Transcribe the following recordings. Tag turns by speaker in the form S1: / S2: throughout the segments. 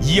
S1: 以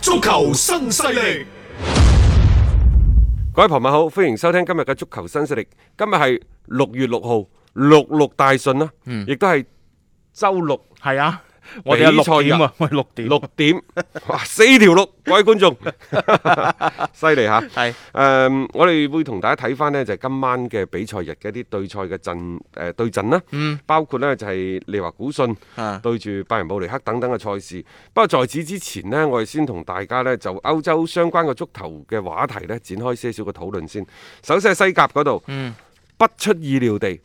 S1: 足球新勢力，
S2: 各位朋友好，歡迎收聽今日嘅足球新勢力。今日係六月六號，六六大順啦，亦都係周六
S3: 係啊，我哋有
S2: 比賽
S3: 六點
S2: 日
S3: 啊，喂六點
S2: 六點，哇，四條六，各位觀眾，犀利吓。
S3: 係
S2: 誒、我哋會同大家睇翻呢，就係今晚嘅比賽日嘅一啲對賽嘅陣誒、對陣啦，包括呢就係、利華古信
S3: 嗯啊
S2: 對住拜仁慕尼黑等等嘅賽事。不過在此之前呢，我哋先同大家呢就歐洲相關嘅足球嘅話題呢展開些少嘅討論先。首先係西甲嗰度，
S3: 嗯
S2: 不出意料地，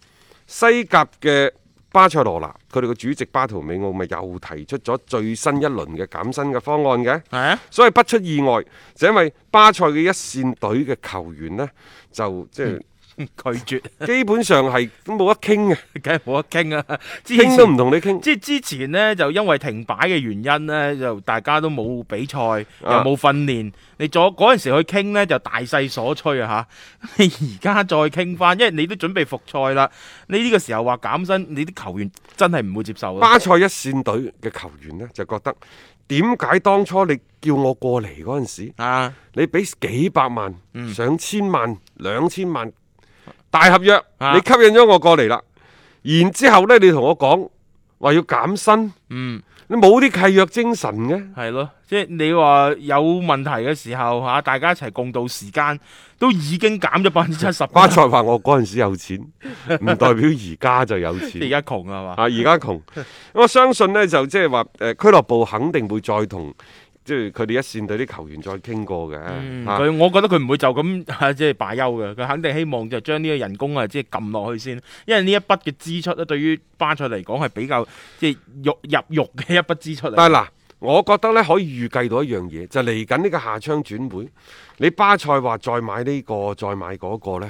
S2: 西甲嘅巴塞羅那佢哋嘅主席巴圖美奧咪又提出咗最新一輪嘅減薪嘅方案嘅。
S3: 係啊，
S2: 所以不出意外，就因為巴塞嘅一線隊嘅球員呢，就即係
S3: 拒絕，
S2: 基本上係都冇得傾嘅，
S3: 梗係冇得傾啊！之前
S2: 傾都唔同你傾。
S3: 即係之前呢，就因為停擺嘅原因呢，就大家都冇比賽，
S2: 啊
S3: 又冇訓練。你咗嗰陣時去傾呢，就大勢所趨啊嚇！ 你而家再傾翻，因為你都準備復賽啦。你呢個時候話減薪，你啲球員真係唔會接受啊！
S2: 巴塞一線隊嘅球員呢，就覺得點解當初你叫我過嚟嗰陣時，
S3: 啊，
S2: 你俾幾百萬、
S3: 嗯
S2: 上千萬、兩千萬大合約，
S3: 啊
S2: 你吸引咗我過嚟啦，然之後呢，你同我講話要減薪，
S3: 嗯，
S2: 你冇啲契約精神嘅。
S3: 係咯，即係你話有問題嘅時候嚇，大家一齊共度時間，都已經減咗百分之七十。
S2: 巴塞話我嗰陣時 有錢，唔代表而家就有錢。
S3: 你而家窮啊嘛
S2: 啊，？而家窮。咁我相信呢，就即係話誒，俱樂部肯定會再同即係佢哋一線隊啲球員再傾過嘅。
S3: 嗯
S2: 啊
S3: 佢我覺得佢唔會就咁 即係罷休嘅，佢肯定希望就將呢個人工啊，即係撳落去先，因為呢一筆嘅支出咧，對於巴塞嚟講係比較即係肉入肉嘅一筆支出嚟。
S2: 但係嗱，我覺得呢可以預計到一樣嘢，就嚟緊呢個夏窗轉會，你巴塞話再買呢、個，再買嗰個呢，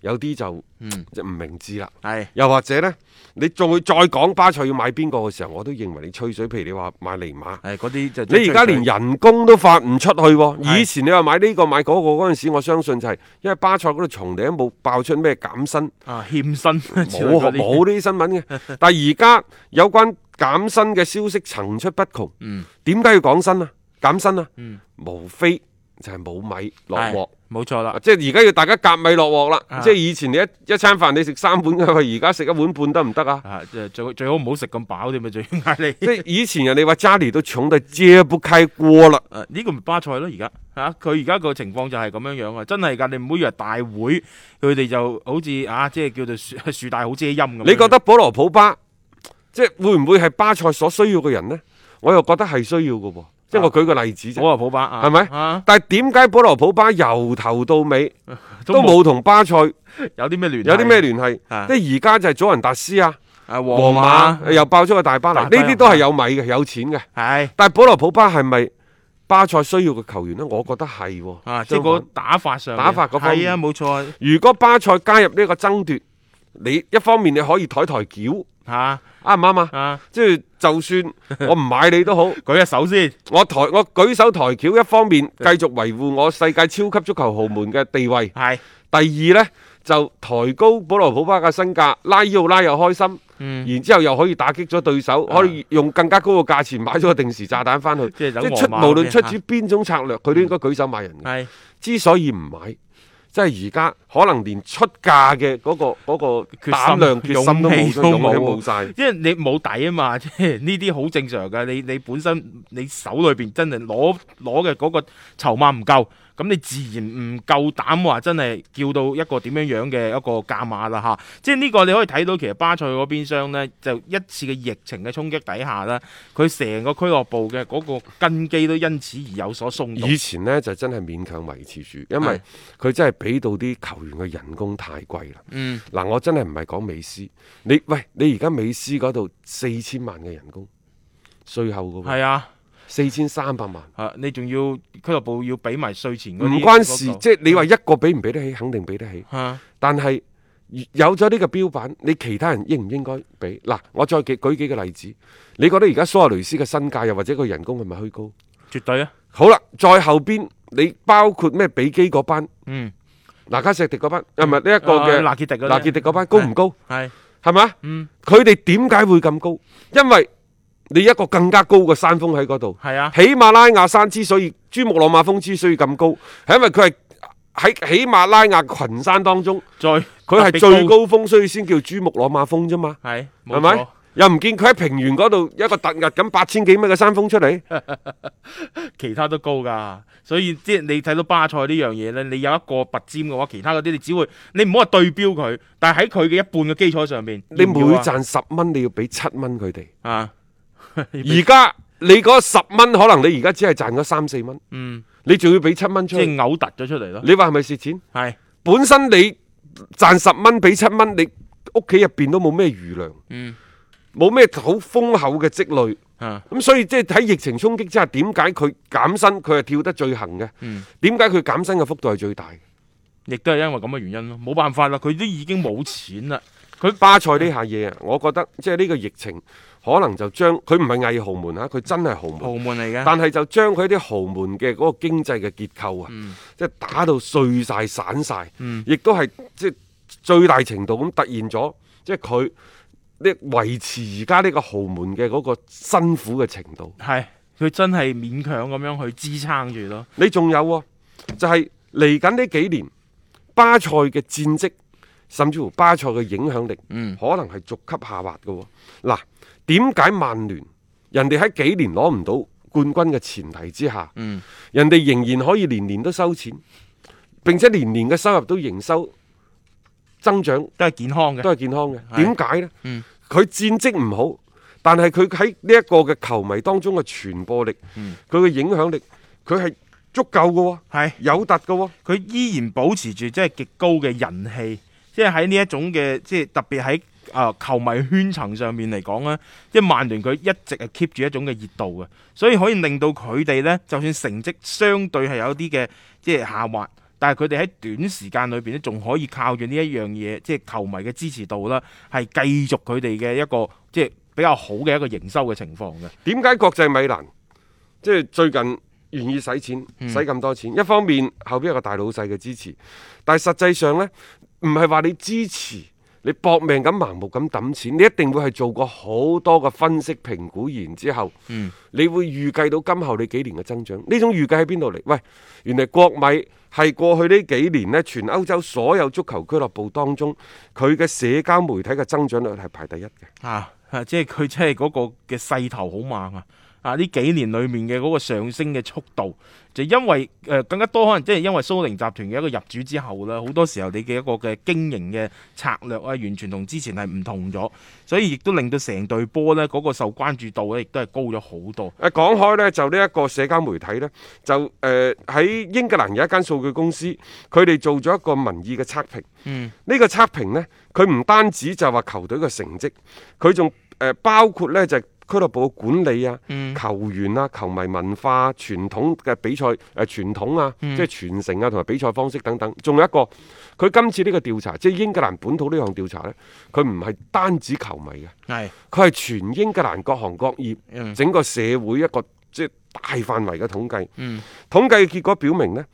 S2: 有啲就就唔明智啦。
S3: 係
S2: 又或者呢，你仲會再講巴塞要買邊個嘅時候，我都認為你吹水。譬如你話買尼馬。
S3: 係嗰啲就
S2: 你而家連人工都發唔出去喎，
S3: 係
S2: 以前你話買呢個買嗰個嗰陣時，我相信就係因為巴塞嗰度從嚟都冇爆出咩減薪，
S3: 啊欠薪冇
S2: 冇冇呢啲新聞嘅。但係而家有關減薪嘅消息層出不窮，點解要講薪啊？減薪啊？無非就係冇米落鑊。
S3: 冇錯啦
S2: 啊，即係而家要大家夾米落鑊啦！
S3: 啊
S2: 即係以前你一一餐飯你食三碗嘅，喂而家食一碗半得唔得啊？
S3: 啊就最最好唔好食咁飽添咪啊最嗌你。
S2: 即係以前人哋話家裡都窮到揭不開鍋啦。
S3: 誒啊呢個咪巴塞咯，而家嚇佢而家個情況就係咁樣樣啊！真係㗎，你唔好以為大會佢哋就好似啊，即係叫做樹樹大好遮陰咁樣。
S2: 你覺得保羅普巴即係會唔會係巴塞所需要嘅人呢？我又覺得係需要嘅喎，即係我舉個例子
S3: 我
S2: 啫。
S3: 話普巴啊，
S2: 係咪
S3: 啊
S2: 但係點解保羅普巴由頭到尾
S3: 都
S2: 都
S3: 冇
S2: 冇同巴塞
S3: 有啲咩聯繫？
S2: 有啲咩聯繫？
S3: 啊
S2: 即係而家就係祖雲達斯啊、
S3: 啊，皇
S2: 皇
S3: 馬
S2: 又爆出個大巴黎，
S3: 大巴
S2: 呢啲都係有米嘅、有錢嘅。
S3: 係
S2: 但係保羅普巴係咪巴塞需要嘅球員呢？我覺得係喎。
S3: 啊，即係嗰個打法上面
S2: 打法嗰方面
S3: 係啊，冇錯
S2: 如果巴塞加入呢個爭奪，你一方面你可以抬抬轎，
S3: 嚇
S2: 啱唔啱啊？
S3: 啊！
S2: 即係就算 我唔買你都好。
S3: 舉一手先，
S2: 我抬我舉手抬轎，一方 面繼續維護我世界超級足球豪門嘅地位；
S3: 係
S2: 第二呢，就抬高保羅普巴嘅身價，拉伊奧拉又開心，
S3: 嗯啊
S2: 然之後又可以打擊咗對手，可以用更加高嘅價錢買咗個定時炸彈翻去。
S3: 即係走
S2: 即係
S3: 皇
S2: 出
S3: 馬嗰嗯
S2: 無論
S3: 邊
S2: 出
S3: 啊
S2: 自邊種策略，佢都應該舉手買人嘅。
S3: 係
S2: 之所以唔買，即係而家可能連出價嘅嗰、個嗰、個
S3: 決心
S2: 膽量、決心都冇
S3: 勇氣
S2: 咗，
S3: 都
S2: 勇氣
S3: 冇
S2: 冇晒。
S3: 因為你冇底啊嘛， 即係呢啲好正常㗎。你你本身你手裏邊真係攞攞嘅嗰個籌碼唔夠，咁你自然唔夠膽話真係叫到一個點樣樣嘅一個價碼啦嚇。即係呢個你可以睇到，其實巴塞嗰邊商呢，就一次嘅疫情嘅衝擊底下呢，佢成個俱樂部嘅嗰個根基都因此而有所鬆動
S2: 以。前呢，就真係勉強維持住，因
S3: 嗯
S2: 為佢真係俾到啲球員嘅人工太貴啦。
S3: 嗯，
S2: 嗱，我真係唔係講美斯，你喂你而家美斯嗰度四千萬嘅人工，税後嘅喎，
S3: 係啊。
S2: 四千三百萬，
S3: 啊！你仲要俱樂部要俾埋税前嗰
S2: 唔
S3: 啲
S2: 關事
S3: 嗰個，
S2: 即係你話一個俾唔俾得起，肯定俾得起。
S3: 啊
S2: 但係有咗呢個標板，你其他人應唔應該俾？嗱，我再舉舉幾個例子，你覺得而家蘇亞雷斯嘅身價又或者佢人工係咪虛高？
S3: 絕對啊！
S2: 好啦，再後邊你包括咩比基嗰班，
S3: 嗯，
S2: 拿卡石迪嗰班，啊唔係呢一個
S3: 啊
S2: 嘅
S3: 納傑迪嗰啲
S2: 納傑迪嗰班高唔高？
S3: 係
S2: 係嘛？
S3: 嗯
S2: 佢哋點解會咁高？因為你一個更加高嘅山峰喺嗰度，
S3: 係啊，
S2: 喜馬拉雅山之所以珠穆朗瑪峰之所以咁高，係因為佢係喺喜馬拉雅群山當中。
S3: 再
S2: 佢
S3: 特
S2: 係
S3: 別
S2: 最高峰，所以先叫珠穆朗瑪峰啫嘛，
S3: 係
S2: 係
S3: 冇
S2: 咪
S3: 咪？？
S2: 又唔見佢喺平原嗰度一個突兀咁八千幾米嘅山峰出嚟，
S3: 其他都高㗎，所以即係你睇到巴塞呢樣嘢呢，你有一個拔尖嘅話，其他嗰啲你只會你唔好話對標佢，但係喺佢嘅一半嘅基礎上面，
S2: 你
S3: 要
S2: 每
S3: 唔要啊
S2: 賺十蚊你要俾七蚊佢哋。
S3: 啊，
S2: 而家你嗰十蚊可能你而家只係賺咗三四蚊，
S3: 嗯，
S2: 你仲要俾七蚊出
S3: 即
S2: 去，
S3: 係嘔突咗出嚟咯，
S2: 你話係咪蝕錢？
S3: 係
S2: 本身你賺十蚊俾七蚊，你屋企入邊都冇咩餘糧，
S3: 嗯
S2: 冇咩好豐厚嘅積累。
S3: 啊
S2: 咁所以即係喺疫情衝擊之下，點解佢減薪佢係跳得最行嘅？
S3: 嗯
S2: 點解佢減薪嘅幅度係最大嘅？
S3: 亦都係因為咁嘅原因咯，冇辦法啦，佢都已經冇錢啦，佢
S2: 巴塞呢下嘢啊，我覺得即係呢個疫情可能就將佢唔係偽豪門啊，佢真係豪門，
S3: 豪門嚟嘅，
S2: 但係就將佢啲豪門嘅嗰個經濟嘅結構啊，即係打到碎晒、散晒，
S3: 嗯
S2: 亦都係即係最大程度咁突現咗，即係佢呢維持而家呢個豪門嘅嗰個辛苦嘅程度。
S3: 係佢真係勉強咁樣去支撐住咯。
S2: 你仲有喎、就係嚟緊呢幾年巴塞嘅戰績，甚至乎巴塞嘅影響力，可能係逐級下滑嘅喎、嗱，點解曼聯人哋喺幾年攞唔到冠軍嘅前提之下，
S3: 嗯
S2: 人哋仍然可以年年都收錢，並且年年嘅收入都營收增長
S3: 都係健康嘅，
S2: 都係健康嘅？點解呢？
S3: 嗯
S2: 佢戰績唔好，但係佢喺呢一個嘅球迷當中嘅傳播力，佢嘅、影響力，佢係足夠嘅喎、
S3: 係
S2: 有突嘅喎，
S3: 佢依然保持住即係極高嘅人氣，即係喺呢一種嘅即係特別喺啊、球迷圈層上面嚟講咧，即係曼聯佢一直係 keep 住一種嘅熱度嘅，所以可以令到佢哋呢，就算成績相對係有啲嘅即係下滑。但係佢哋喺短時間裏邊咧，仲可以靠住呢一樣嘢，即係球迷嘅支持度啦，係繼續佢哋嘅一個即係比較好嘅一個營收嘅情況嘅。
S2: 點解國際米蘭即係最近願意使錢，使咁多錢？一方面後邊有個大老細嘅支持，但係實際上呢，唔係話你支持。你搏命咁盲目咁抌錢，你一定會係做過好多嘅分析評估，然之後，
S3: 嗯
S2: 你會預計到今後你幾年嘅增長。呢種預計喺邊度嚟？喂，原來國米係過去呢幾年呢，全歐洲所有足球俱樂部當中，佢嘅社交媒體嘅增長率係排第一嘅。
S3: 啊，啊即係佢真係嗰個嘅勢頭好猛啊！啊！呢幾年裏面嘅嗰個上升嘅速度，就因為誒、呃更加多可能即係因為蘇寧集團嘅一個入主之後啦，好多時候你嘅一個嘅經營嘅策略啊，完全同之前係唔同咗，所以亦都令到成隊波呢嗰個受關注度咧，亦都係高咗好多。
S2: 誒講開呢，就呢一個社交媒體呢，就誒喺、英格蘭有一間數據公司，佢哋做咗一個民意嘅測評。
S3: 嗯，
S2: 呢個測評呢，佢唔單止就話球隊嘅成績，佢仲誒包括呢就係俱樂部嘅管理啊、
S3: 嗯
S2: 球員啊、球迷文化啊、傳統嘅比賽誒、呃、傳統啊，
S3: 嗯
S2: 即係傳承啊，同埋比賽方式等等。仲有一個，佢今次呢個調查，即係英格蘭本土呢項調查呢，佢唔係單止球迷嘅。
S3: 係
S2: 佢係全英格蘭各行各業、
S3: 嗯
S2: 整個社會一個即係大範圍嘅統計。
S3: 嗯
S2: 統計嘅結果表明呢，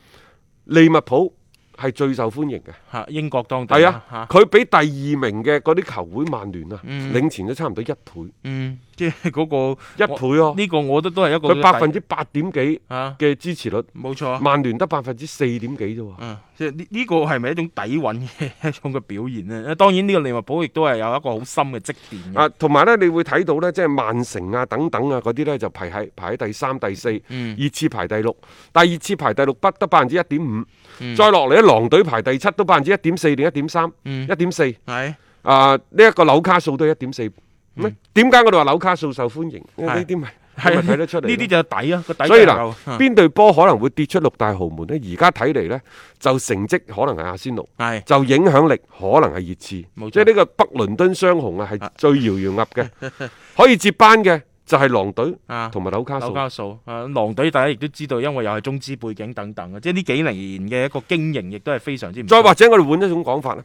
S2: 利物浦係最受歡迎嘅。
S3: 嚇啊英國當地
S2: 係啊
S3: 嚇
S2: 啊，佢比第二名嘅嗰啲球會曼聯啊，領前咗差唔多一倍。
S3: 嗯即係嗰個
S2: 一倍咯、
S3: 呢個，我覺得都係一個
S2: 佢百分之八點幾
S3: 啊，
S2: 嘅支持率，
S3: 冇錯啊。
S2: 曼聯得百分之四點幾啫喎。
S3: 嗯，即係呢呢個係咪一種底韻嘅一種嘅表現呢？ 當然呢個利物浦亦都係有一個好深嘅積澱嘅。
S2: 啊，同埋呢，你會睇到呢，即係曼城啊、等等啊嗰啲呢，就排喺排喺第三、第四，
S3: 嗯
S2: 熱刺排第六，但係熱刺排第六不得百分之一點五，
S3: 嗯
S2: 再落嚟咧，狼隊排第七都百分之一點四定一點三、
S3: 嗯
S2: 一點四，
S3: 係
S2: 啊呢一個紐卡素都一點四。咩點解我哋話紐卡素受歡迎？呢
S3: 嗯係
S2: 啲咪
S3: 係
S2: 咪睇得出嚟
S3: 呢
S2: 咯
S3: 啲。就係底啊，個底
S2: 所以
S3: 就
S2: 嗱
S3: 夠，嗯
S2: 邊隊波可能會跌出六大豪門呢？而家睇嚟呢，就成績可能係阿仙奴，
S3: 係
S2: 就影響力可能係熱刺
S3: 冇錯，
S2: 即係呢個北倫敦雙雄啊，係最搖搖噏嘅，可以接班嘅就係狼隊
S3: 啊
S2: 同埋紐卡
S3: 紐
S2: 素。
S3: 卡素啊，狼隊大家亦都知道，因為又係中資背景等等嘅，即係呢幾年嘅一個經營亦都係非常之唔錯。
S2: 再或者我哋換一種講法啦，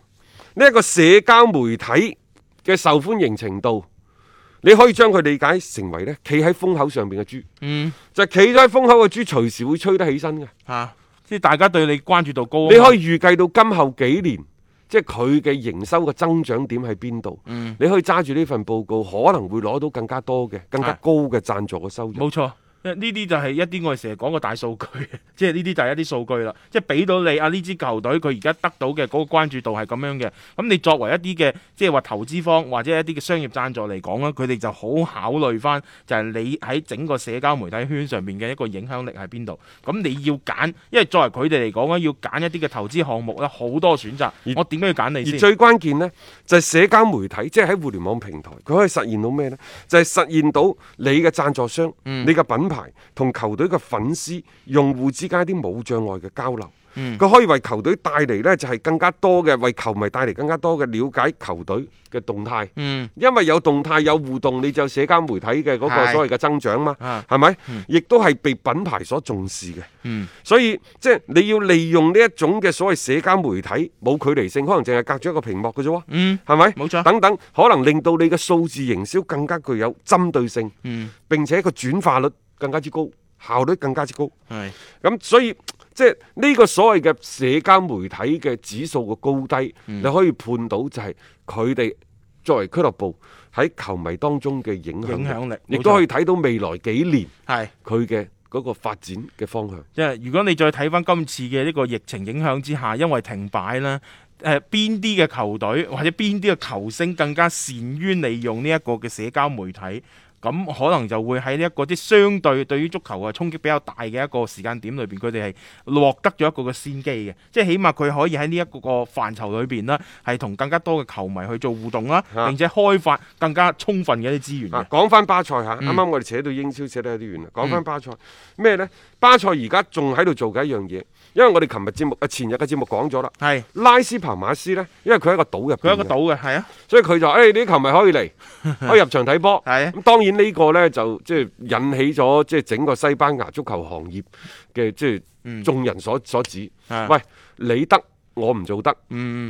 S2: 呢一個社交媒體嘅受歡迎程度，你可以將佢理解成為呢企喺風口上邊嘅豬，
S3: 嗯
S2: 就係企咗喺風口嘅豬隨時會吹得起身嘅。
S3: 嚇、啊即係大家對你關注度高啊嘛。
S2: 你可以預計到今後幾年，即係佢嘅營收嘅增長點喺邊度？
S3: 嗯
S2: 你可以揸住呢份報告，可能會攞到更加多嘅、更加高嘅贊助嘅收入。
S3: 冇錯，因為呢啲就係一啲我哋成日講嘅大數據， 即係呢啲就係一啲數據啦，即係俾到你啊呢支球隊佢而家得到嘅嗰個關注度係咁樣嘅，咁你作為一啲嘅即係話投資方或者一啲嘅商業贊助嚟講咧，佢哋就好考慮翻就係你喺整個社交媒體圈上面嘅一個影響力喺邊度，咁你要揀，因為作為佢哋嚟講啊咧，要揀一啲嘅投資項目咧，好多選擇
S2: 而，
S3: 我點解要揀你
S2: 而
S3: 先？
S2: 最關鍵呢，就係、社交媒體，即係喺互聯網平台，佢可以實現到咩呢？就係、實現到你嘅贊助商、你嘅品牌同球隊嘅粉絲、用戶之間一啲冇障礙嘅交流。佢、可以為球隊帶嚟呢，就係、更加多嘅為球迷帶嚟更加多嘅了解球隊嘅動態。
S3: 嗯，
S2: 因為有動態有互動，你就有社交媒體嘅嗰個
S3: 係
S2: 所謂嘅增長嘛，
S3: 啊
S2: 係咪？亦都係被品牌所重視嘅。
S3: 嗯
S2: 所以即係你要利用呢一種嘅所謂社交媒體冇距離性，可能淨係隔咗一個屏幕嘅啫喎。
S3: 嗯
S2: 係咪？
S3: 冇錯
S2: 等等，可能令到你嘅數字營銷更加具有針對性，
S3: 嗯，
S2: 並且個轉化率更加之高，效率更加之高。
S3: 係
S2: 咁所以即係呢個所謂嘅社交媒體嘅指數嘅高低，
S3: 嗯
S2: 你可以判到就係佢哋作為俱樂部喺球迷當中嘅影響
S3: 影響力
S2: 亦
S3: 冇錯
S2: 都可以睇到未來幾年
S3: 係。
S2: 佢嘅嗰個發展嘅方向。
S3: 即係如果你再睇翻今次嘅呢個疫情影響之下，因為停擺啦，誒邊啲嘅球隊或者邊啲嘅球星更加善於利用呢一個嘅社交媒體，咁可能就會喺呢一個啲相對對於足球嘅衝擊比較大嘅一個時間點裏邊，佢哋係落得咗一個嘅先機嘅，即係起碼佢可以喺呢一個個範疇裏邊啦，係同更加多嘅球迷去做互動啦，
S2: 啊
S3: 並且開發更加充分嘅一啲資源嘅
S2: 啊，。講翻巴塞
S3: 嗯
S2: 嚇，啱啱我哋扯到英超扯得有啲遠啦。講翻巴塞咩呢？巴塞而家仲喺度做緊一樣嘢，因為我哋琴日節目啊前日嘅節目講咗啦。
S3: 係，
S2: 拉斯彭馬斯呢，因為佢喺個島入邊
S3: 佢有一個
S2: 嘅
S3: 島嘅，係啊，
S2: 所以佢就誒啲球迷可以嚟， 可以入場睇波。
S3: 係啊
S2: 咁當然呢個呢，就即係引起咗即係整個西班牙足球行業嘅即係眾人所所指。
S3: 嗯啊
S2: 喂，你得我唔做得，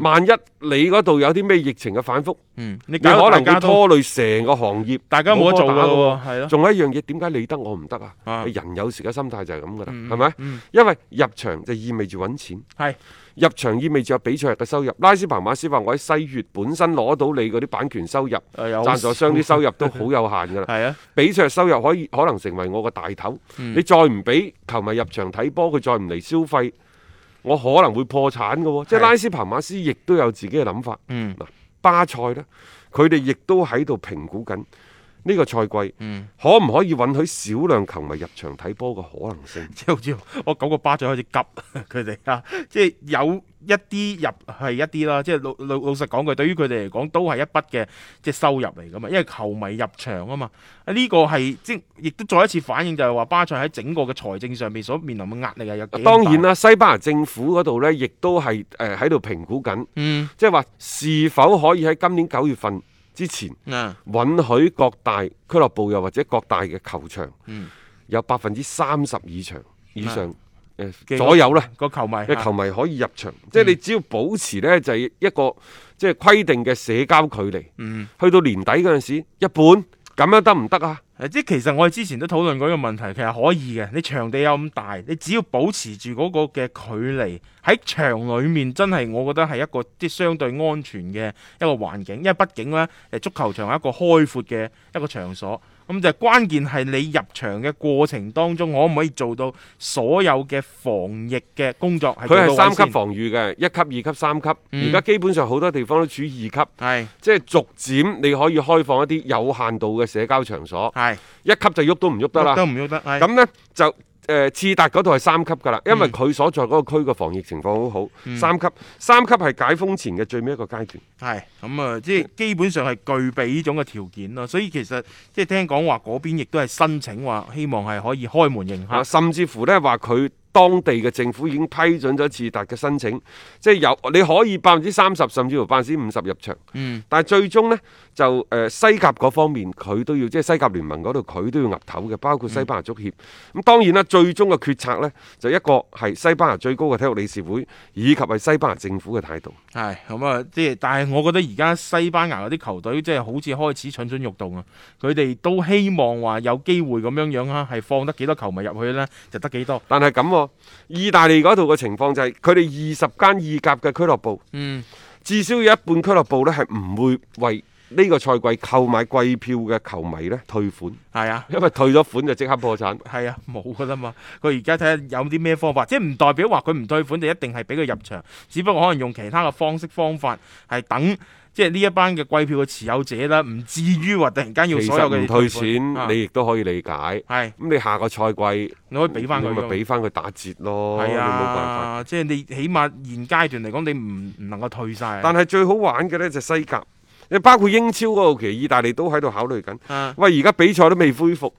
S2: 萬一你嗰度有啲咩疫情嘅反覆，
S3: 嗯，
S2: 你
S3: 你
S2: 可
S3: 搞到
S2: 能
S3: 大
S2: 會
S3: 家都
S2: 拖累成個行業，
S3: 大家冇得做
S2: 㗎
S3: 㗎咯喎，係咯。
S2: 仲有一樣嘢，點解你得我唔得啊？
S3: 啊嗯
S2: 人有時嘅心態就係咁噶啦，係咪？因為入場就意味住揾錢，
S3: 係
S2: 入場意味住有比賽日嘅收入。拉斯彭馬斯話：我喺西乙本身攞到你嗰啲版權收入、
S3: 誒有
S2: 贊助商啲收入都好有限噶啦。
S3: 係啊，
S2: 比賽收入可以可能成為我個大頭。
S3: 嗯
S2: 你再唔俾球迷入場睇波，佢再唔嚟消費，我可能會破產嘅喎。即係
S3: 係
S2: 拉斯彭馬斯亦都有自己嘅諗法。
S3: 嗯
S2: 嗱，巴塞呢，佢哋亦都喺度評估緊呢個賽季、
S3: 嗯
S2: 可唔可以允許少量球迷入場睇波嘅可能性。
S3: 即係好似我九個巴掌開始急佢哋啊， 即係有一啲入係一啲啦，即係老老老實講句，對於佢哋嚟講都係一筆嘅即係收入嚟噶嘛，因為球迷入場啊嘛，啊呢個係即係亦都再一次反映就係話巴塞喺整個嘅財政上面所面臨嘅壓力係有幾咁大啊
S2: 當然，啦，西班牙政府嗰度呢，亦都係誒喺度評估緊，
S3: 嗯
S2: 即係話是否可以喺今年九月份之前。
S3: 啊
S2: 允許各大俱樂部又或者各大嘅球場，
S3: 嗯啊
S2: 有百分之三十以上以上誒、
S3: 嘅
S2: 左右啦
S3: 個球迷
S2: 嘅球迷可以入場，
S3: 嗯
S2: 即係你只要保持呢，就係、一個即係規定嘅社交距離，
S3: 嗯
S2: 去到年底嗰陣時一半咁樣得唔得啊？
S3: 誒即係其實我哋之前都討論過呢個問題，其實可以嘅。你場地有咁大，你只要保持住嗰個嘅距離喺場裡面，真係我覺得係一個即係相對安全嘅一個環境。因為畢竟呢，誒足球場係一個開闊嘅一個場所，咁就關鍵係你入場嘅過程當中，可唔可以做到所有嘅防疫嘅工作係做到
S2: 佢係
S3: 位
S2: 三
S3: 先
S2: 級防禦嘅，一級、二級、三級。
S3: 嗯
S2: 而家基本上好多地方都處於二級，
S3: 係
S2: 即係逐漸你可以開放一啲有限度嘅社交場所。
S3: 係
S2: 一級就喐都唔喐得
S3: 喐
S2: 啦
S3: 得。唔喐得？係
S2: 咁呢，就誒次達嗰度係三級㗎啦，因為
S3: 嗯
S2: 佢所在嗰個區嘅防疫情況好好。三級，三級係解封前嘅最尾一個階段。
S3: 係咁啊，即係基本上係具備呢種嘅條件咯，所以其實即係聽講話嗰邊亦都係申請話，希望係可以開門迎
S2: 啊，
S3: 客。
S2: 甚至乎呢話佢當地嘅政府已經批准咗次達嘅申請，即係有你可以百分之三十甚至乎百分之五十入場，
S3: 嗯，
S2: 但係最終呢，就誒、呃西甲嗰方面佢都要即係西甲聯盟嗰度佢都要岌頭嘅，包括西班牙足協。咁、當然啦，最終嘅決策呢，就一個係西班牙最高嘅體育理事會，以及係西班牙政府嘅態度。
S3: 係咁啊，即係但係我覺得而家西班牙嗰啲球隊即係好似開始蠢蠢欲動啊，佢哋都希望話有機會咁樣樣啦，係放得幾多球迷入去呢，就得幾多。
S2: 但係咁喎，意大利嗰度嘅情況就係佢哋二十間意甲嘅俱樂部，
S3: 嗯，
S2: 至少有一半俱樂部呢係唔會為呢個賽季購買季票嘅球迷呢退款，
S3: 係啊。
S2: 因為退咗款就即刻破產。
S3: 係啊，冇噶啦嘛。佢而家睇下有啲咩方法，即係唔代表話佢唔退款就一定係俾佢入場，只不過可能用其他嘅方式方法，係等即係呢一班嘅季票嘅持有者啦，唔至於話突然間要
S2: 其
S3: 所有
S2: 實
S3: 嘅
S2: 唔退
S3: 款啊
S2: 錢，你亦都可以理解。
S3: 係
S2: 咁你下個賽季
S3: 你可以俾翻佢
S2: 你
S3: 㗎嘛
S2: 咪俾翻佢打折咯，你
S3: 係
S2: 冇辦法。
S3: 啊，即係你起碼現階段嚟講，你唔唔能夠退晒。
S2: 但係最好玩嘅呢就西甲，你包括英超嗰度，其實意大利都喺度考慮緊。
S3: 啊
S2: 喂，而家比賽都未恢 復，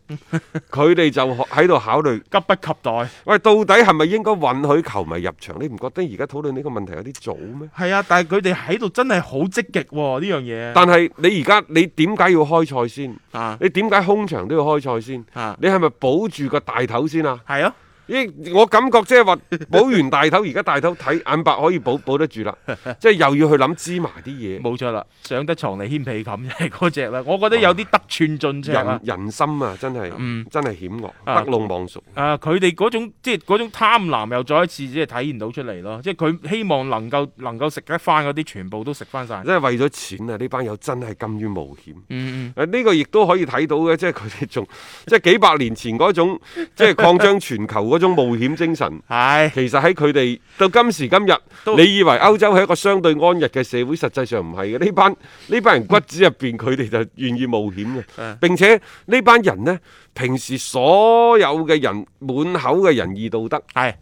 S2: 佢哋就喺度考慮。
S3: 急不及待。
S2: 喂，到底係咪應該允許球迷入場？你唔覺得而家討論呢個問題有啲早咩？
S3: 係啊，但係佢哋喺度真係好積極喎呢樣嘢。
S2: 但係你而家你點解要開賽先？
S3: 啊
S2: 你點解空場都要開賽先？
S3: 啊，
S2: 你係咪保住個大頭先啊？
S3: 係啊，
S2: 咦，我感覺即係話 保完大頭，而家大頭睇眼白可以保 保得 住啦，即係又要去諗芝麻啲嘢。
S3: 冇錯啦，上得床嚟掀被冚 就係嗰只啦。我覺得有啲得寸進尺啊
S2: 人。人心啊，真係、
S3: 嗯
S2: 真係險惡，
S3: 啊
S2: 得隴望蜀。
S3: 啊！佢哋嗰種即係嗰種貪婪又再一次即係體現到出嚟咯，即係佢希望能夠能夠食得翻嗰啲，全部都食翻晒。
S2: 真係為咗錢啊！呢班友真係甘於冒險。
S3: 嗯
S2: 誒啊呢個亦都可以睇到嘅，即係佢哋仲 即係幾百年前嗰種即係擴張全球嗰種冒險精神。
S3: 嗯，係
S2: 其實喺佢哋到今時今日
S3: 都，
S2: 你以為歐洲係一個相對安逸嘅社會，實際上唔係嘅。呢班呢班人骨子入邊，佢哋就願意冒險嘅
S3: 嗯。
S2: 並且呢班人呢，平時所有嘅人滿口嘅仁義道德
S3: 係，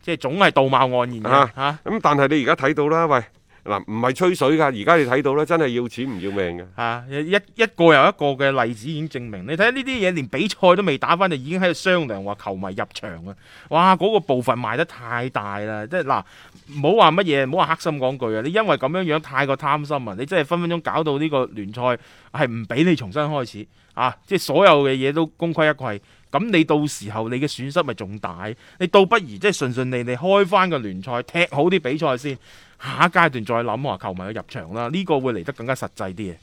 S3: 即係總係道貌岸然
S2: 啊
S3: 嘅嚇。
S2: 咁，但係你而家睇到啦，喂嗱，唔係吹水㗎，而家你睇到啦，真係要錢唔要命嘅。
S3: 啊！一一個又一個嘅例子已經證明，你睇下呢啲嘢連比賽都未打返，就已經喺度商量話球迷入場啊！哇，嗰、個部分賣得太大啦，即係嗱，唔好話乜嘢，唔好話黑心講句啊！你因為咁樣樣太過貪心啊，你真係分分鐘搞到呢個聯賽係唔俾你重新開始啊！即係所有嘅嘢都功虧一簣。咁你到時候你嘅損失咪仲大？你倒不如即係順順利利開翻個聯賽，踢好啲比賽先，下一階段再諗話球迷嘅入場啦。呢、個會嚟得更加實際啲嘅。啊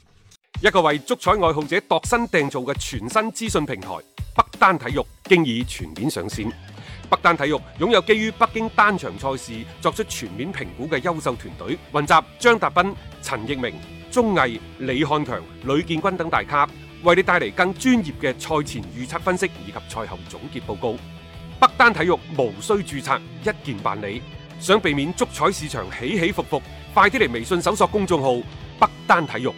S2: 一個為足彩愛好者度身訂造嘅全新資訊平台北單體育，經已全面上線。北單體育擁有基於北京單場賽事作出全面評估嘅優秀團隊，雲集張達斌、陳奕明、鐘毅、李漢強、呂建軍等大咖，為你帶嚟更專業嘅賽前預測分析以及賽後總結報告。北單體育無需註冊，一鍵辦理。想避免足彩市場起起伏伏，快啲嚟微信搜索公眾號北單體育。